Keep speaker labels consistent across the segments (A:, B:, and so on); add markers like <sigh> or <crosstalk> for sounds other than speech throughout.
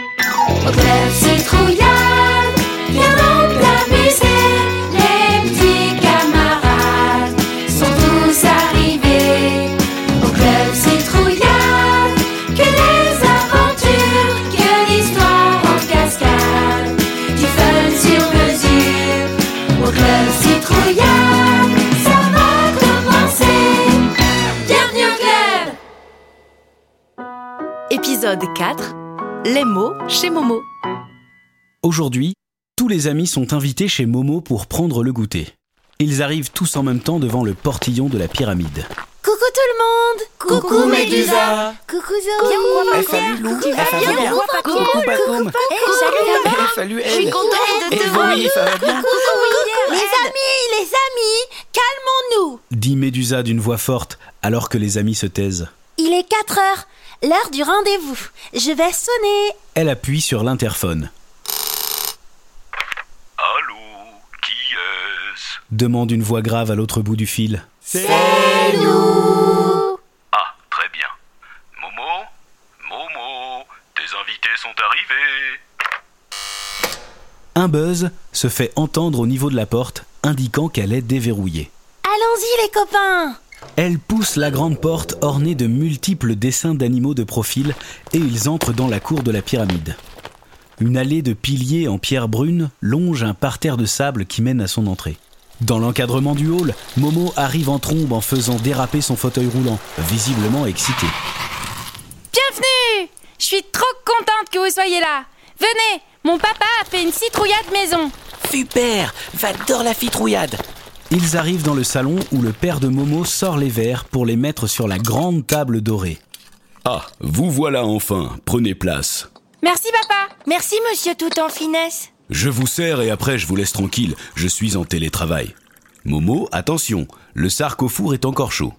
A: Au club citrouillade, viens donc t'amuser. Les petits camarades sont tous arrivés. Au club citrouillade, que des aventures, que l'histoire en cascade, du fun sur mesure. Au club citrouillade, ça va commencer. Bienvenue au club!
B: Épisode 4 Les mots chez Momo.
C: Aujourd'hui, tous les amis sont invités chez Momo pour prendre le goûter. Ils arrivent tous en même temps devant le portillon de la pyramide.
D: Coucou tout le monde Coucou,
E: Médusa.
D: Coucou Zoé
E: Eh, salut Lou.
D: Tu vas bien
E: Coucou,
D: Coucou,
E: Pacoum. Coucou Pacoum.
D: Eh, salut là-bas.
E: Salut
B: Je suis
E: elle.
B: contente de
E: Et
B: te
E: oui, ça va bien.
D: Les amis, les amis, calmons-nous
C: Dit Médusa d'une voix forte alors que les amis se taisent.
D: Il est 4 heures, l'heure du rendez-vous. Je vais sonner.
C: Elle appuie sur l'interphone.
F: Allô, qui est-ce
C: Demande une voix grave à l'autre bout du fil.
F: Ah, très bien. Momo Momo Tes invités sont arrivés
C: Un buzz se fait entendre au niveau de la porte, indiquant qu'elle est déverrouillée.
D: Allons-y les copains
C: Elle pousse la grande porte ornée de multiples dessins d'animaux de profil et ils entrent dans la cour de la pyramide. Une allée de piliers en pierre brune longe un parterre de sable qui mène à son entrée. Dans l'encadrement du hall, Momo arrive en trombe en faisant déraper son fauteuil roulant, visiblement excité.
G: Bienvenue Je suis trop contente que vous soyez là. Venez, mon papa a fait une citrouillade maison.
E: Super, j'adore la fitrouillade.
C: Ils arrivent dans le salon où le père de Momo sort les verres pour les mettre sur la grande table dorée.
H: Ah, vous voilà enfin, prenez place.
G: Merci papa.
D: Merci monsieur tout en finesse.
H: Je vous sers et après je vous laisse tranquille, je suis en télétravail. Momo, attention, le sarc au four est encore chaud.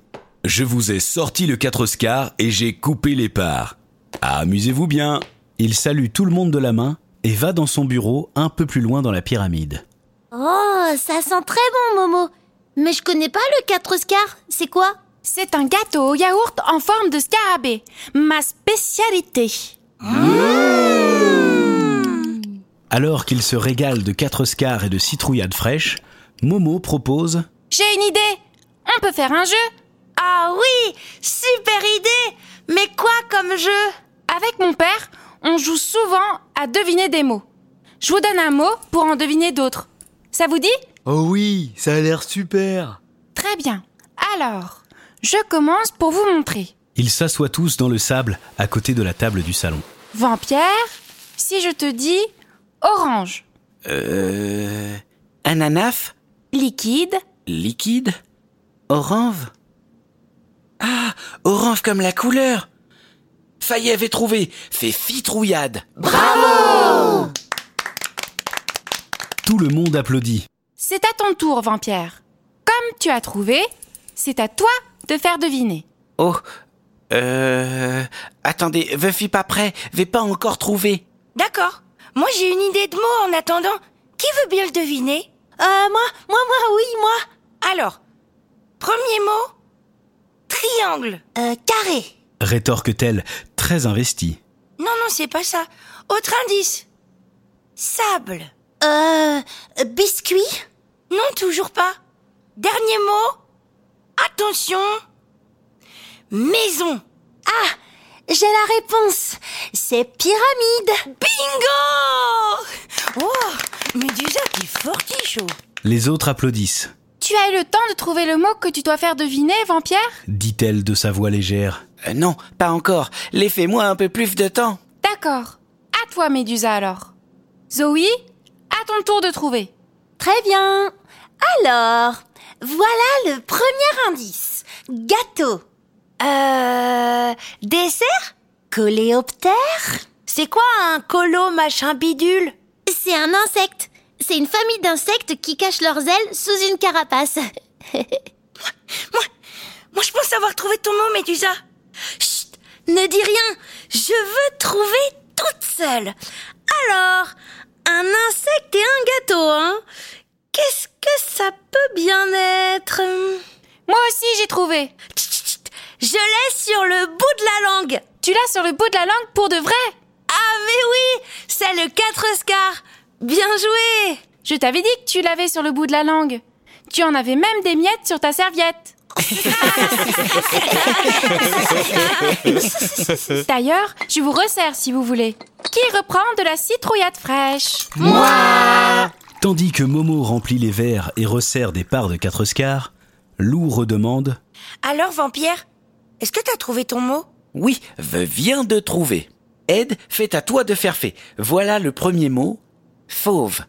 H: Je vous ai sorti le 4 Oscar et j'ai coupé les parts. Amusez-vous bien.
C: Ah, Il salue tout le monde de la main et va dans son bureau un peu plus loin dans la pyramide.
D: Oh, ça sent très bon Momo. Mais je connais pas le 4 Oscars, c'est quoi
G: C'est un gâteau au yaourt en forme de scarabée. Ma spécialité.
C: Alors qu'il se régale de quatre scars et de citrouillades fraîches, Momo propose
G: J'ai une idée. On peut faire un jeu
D: Ah oui, super idée Mais quoi comme jeu
G: Avec mon père, on joue souvent à deviner des mots. Je vous donne un mot pour en deviner d'autres. Ça vous dit
I: Oh oui, ça a l'air super
G: Très bien. Alors, je commence pour vous montrer.
C: Ils s'assoient tous dans le sable à côté de la table du salon.
G: Vampire, si je te dis orange,
E: Euh. Ananaf
G: liquide,
E: Liquide Orange Ah, orange comme la couleur. Ça y est, j'ai trouvé. C'est fitrouillade.
C: Tout le monde applaudit.
G: C'est à ton tour, vampire. Comme tu as trouvé, c'est à toi de faire deviner.
E: Oh. Euh. Attendez, je suis pas prêt. J'ai pas encore trouvé.
D: D'accord. Moi, j'ai une idée de mot en attendant. Qui veut bien le deviner Euh, moi, moi, moi, oui, moi. Alors, premier mot, triangle. Euh, carré.
C: Rétorque-t-elle, très investie.
D: Non, non, c'est pas ça. Autre indice. Sable. Euh, biscuit Non, toujours pas. Dernier mot. Attention. Maison. Ah, j'ai la réponse. C'est pyramide. Bingo Oh, mais déjà qui fortichot.
C: Les autres applaudissent,
G: Tu as eu le temps de trouver le mot que tu dois faire deviner, vampire
C: dit-elle de sa voix légère.
E: Euh, non, pas encore. Laissez-moi un peu plus de temps.
G: D'accord. À toi, Médusa, alors. Zoé, à ton tour de trouver.
D: Très bien. Alors, voilà le premier indice. Gâteau. Euh, dessert Coléoptère C'est quoi un colo machin bidule C'est un insecte. C'est une famille d'insectes qui cachent leurs ailes sous une carapace. moi, moi, je pense avoir trouvé ton mot, Médusa. Chut, ne dis rien. Je veux trouver toute seule. Alors, un insecte et un gâteau, hein Qu'est-ce que ça peut bien être
G: Moi aussi, j'ai trouvé.
D: Chut, chut, Je l'ai sur le bout de la langue.
G: Tu l'as sur le bout de la langue pour de vrai.
D: Ah Ah mais oui, c'est le 4 Oscar. Bien joué.
G: Je t'avais dit que tu l'avais sur le bout de la langue. Tu en avais même des miettes sur ta serviette. D'ailleurs, je vous resserre si vous voulez. Qui reprend de la citrouillade fraîche
C: Tandis que Momo remplit les verres et resserre des parts de 4 Oscars, Lou redemande
D: Alors vampire, est-ce que t'as trouvé ton mot
E: Oui, v- viens de trouver. Aide, fait à toi de faire fait. Voilà le premier mot. Fauve.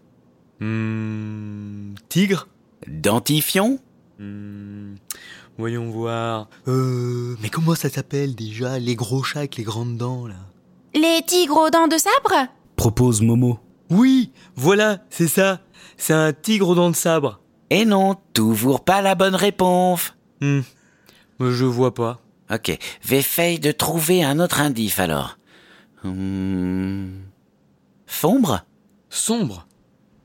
I: Hmm, tigre
E: Dentifion
I: Hmm, Voyons voir. Euh, mais comment ça s'appelle déjà Les gros chats avec les grandes dents, là
G: Les tigres aux dents de sabre
C: propose Momo.
I: Oui, voilà, c'est ça. C'est un tigre aux dents de sabre.
E: Eh non, toujours pas la bonne réponse.
I: Hmm, je vois pas.
E: Ok, v'essaye de trouver un autre indice alors. Hmm. Fombre
I: Sombre.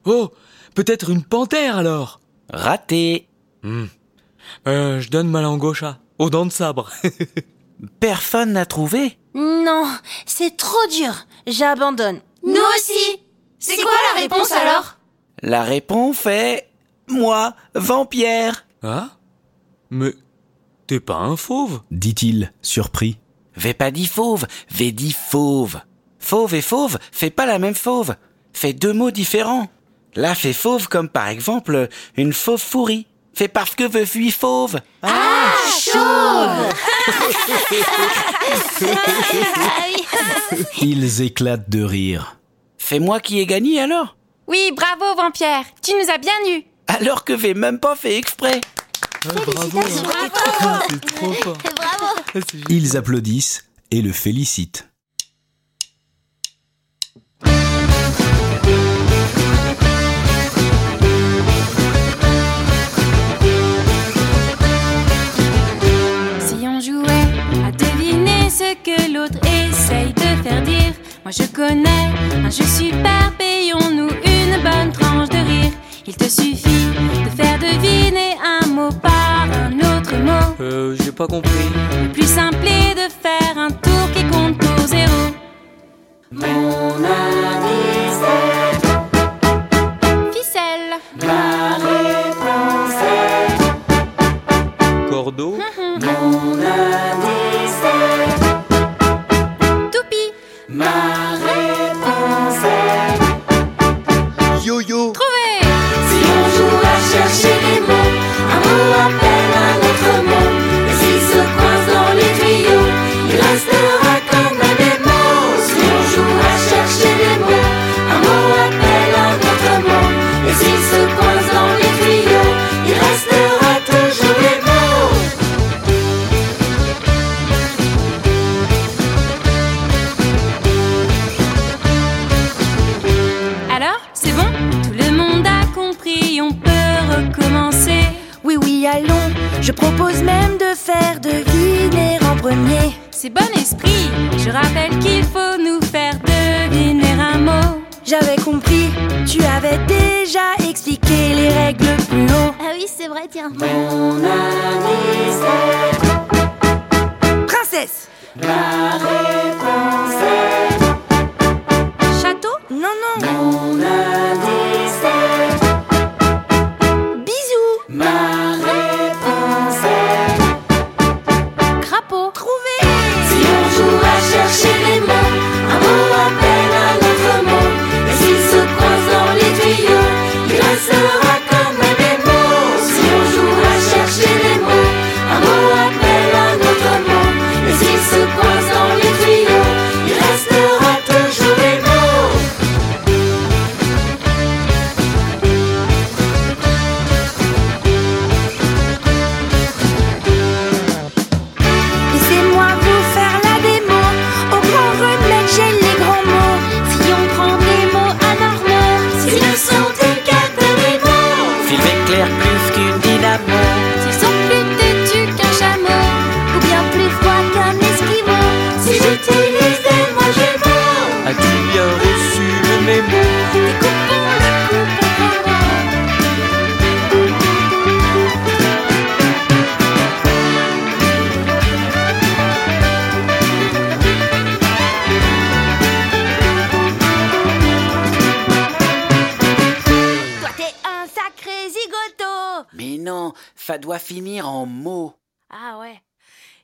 I: Oh, peut-être une panthère alors
E: Raté.
I: Euh, je donne ma langue au chat, aux dents de sabre. <laughs>
E: Personne n'a trouvé
D: Non, c'est trop dur. J'abandonne.
A: Nous aussi. C'est quoi la réponse alors
E: La réponse est... Moi, vampire
I: ah Mais t'es pas un fauve
C: Dit-il, surpris.
E: Vais pas dit fauve, vais dit fauve. Fauve et fauve, fait pas la même fauve. Fait deux mots différents. Là, fait fauve comme par exemple une fauve fourrie. Fait parce que veut fuir fauve. Hein
C: Ils éclatent de rire.
E: Fait moi qui ai gagné alors.
G: Oui, bravo, vampire. Tu nous as bien eus.
E: Alors que vais même pas fait exprès.
I: ah, Bravo, hein. Ah, <laughs> c'est trop fort.
D: Bravo.
I: Ah, c'est génial.
C: Ils applaudissent et le félicitent.
G: Si on jouait à deviner ce que l'autre essaye de faire dire, moi je connais un jeu super, payons-nous une bonne tranche de rire. Il te suffit de faire deviner un mot par un autre mot.
I: Euh, j'ai pas compris.
G: Le plus simple est de faire un tour qui compte pour zéro. Mon indice Ficelle
I: Cordeau
G: Toupie
I: Yo-yo
G: Trouvé
A: Si on joue à chercher les mots, un mot appelle un autre mot. Et s'il se coince dans les tuyaux, il restera quand même des mots. Si on joue à chercher les mots, un mot appelle un autre mot. Et s'il se coince dans les tuyaux, il restera toujours des mots.
G: Alors, c'est bon Tout le monde a compris, on peut recommencer.
D: Oui, oui, allons. Je propose même de faire deviner en premier.
G: C'est bon esprit, je rappelle qu'il faut nous faire deviner un mot.
D: J'avais compris, tu avais déjà expliqué les règles plus haut.
A: Ah oui, c'est vrai, tiens.
D: Princesse
G: Château
D: Non, non Bisous
G: Crapaud
A: Si on joue à chercher les mots, un mot appelle un autre mot. Et s'il se croise dans les tuyaux, il restera quand même des mots. Si on joue à chercher les mots, un mot appelle un autre mot. Et s'il se croise dans les tuyaux,
E: ça doit finir en mots.
D: Ah ouais.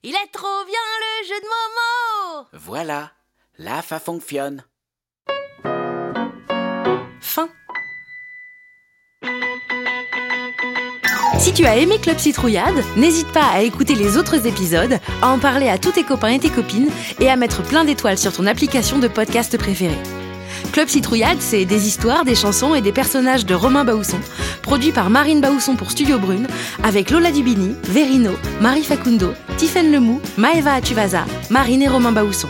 D: Il est trop bien le jeu de Momo
E: Voilà, là ça fonctionne.
G: Fin. Si tu as aimé Club Citrouillade, n'hésite pas à écouter les autres épisodes, à en parler à tous tes copains et tes copines et à mettre plein d'étoiles sur ton application de podcast préférée. Club Citrouillade, c'est des histoires, des chansons et des personnages de Romain Baousson, produit par Marine Baousson pour Studio Brune, avec Lola Dubini, Verino, Marie Facundo, Tiffaine Lemoux, Maeva Atuvasa, Marine et Romain Baousson.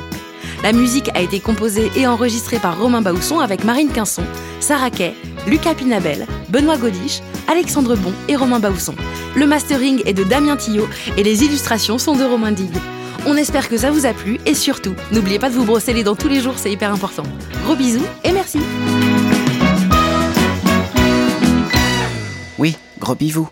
G: La musique a été composée et enregistrée par Romain Baousson avec Marine Quinson, Sarah Kay, Lucas Pinabel, Benoît Godiche, Alexandre Bon et Romain Baousson. Le mastering est de Damien Tillot et les illustrations sont de Romain Digue. On espère que ça vous a plu et surtout, n'oubliez pas de vous brosser les dents tous les jours, c'est hyper important. Gros bisous et merci
E: Oui, gros bisous.